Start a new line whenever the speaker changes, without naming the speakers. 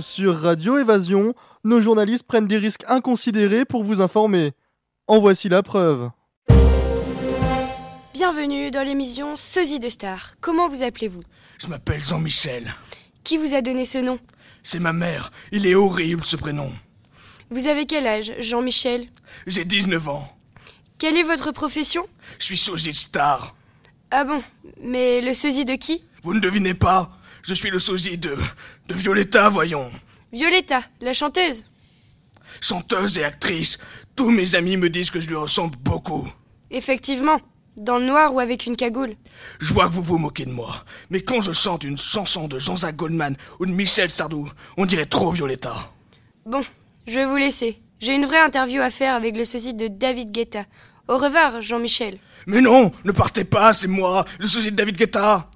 Sur Radio Évasion, nos journalistes prennent des risques inconsidérés pour vous informer. En voici la preuve.
Bienvenue dans l'émission Sosie de Star. Comment vous appelez-vous
Je m'appelle Jean-Michel.
Qui vous a donné ce nom
C'est ma mère. Il est horrible ce prénom.
Vous avez quel âge, Jean-Michel
J'ai 19 ans.
Quelle est votre profession
Je suis sosie de star.
Ah bon Mais le sosie de qui
Vous ne devinez pas. Je suis le sosie de. de Violetta, voyons.
Violetta, la chanteuse.
Chanteuse et actrice. Tous mes amis me disent que je lui ressemble beaucoup.
Effectivement, dans le noir ou avec une cagoule.
Je vois que vous vous moquez de moi. Mais quand je chante une chanson de Jean-Jacques Goldman ou de Michel Sardou, on dirait trop Violetta.
Bon, je vais vous laisser. J'ai une vraie interview à faire avec le sosie de David Guetta. Au revoir, Jean-Michel.
Mais non, ne partez pas, c'est moi, le sosie de David Guetta.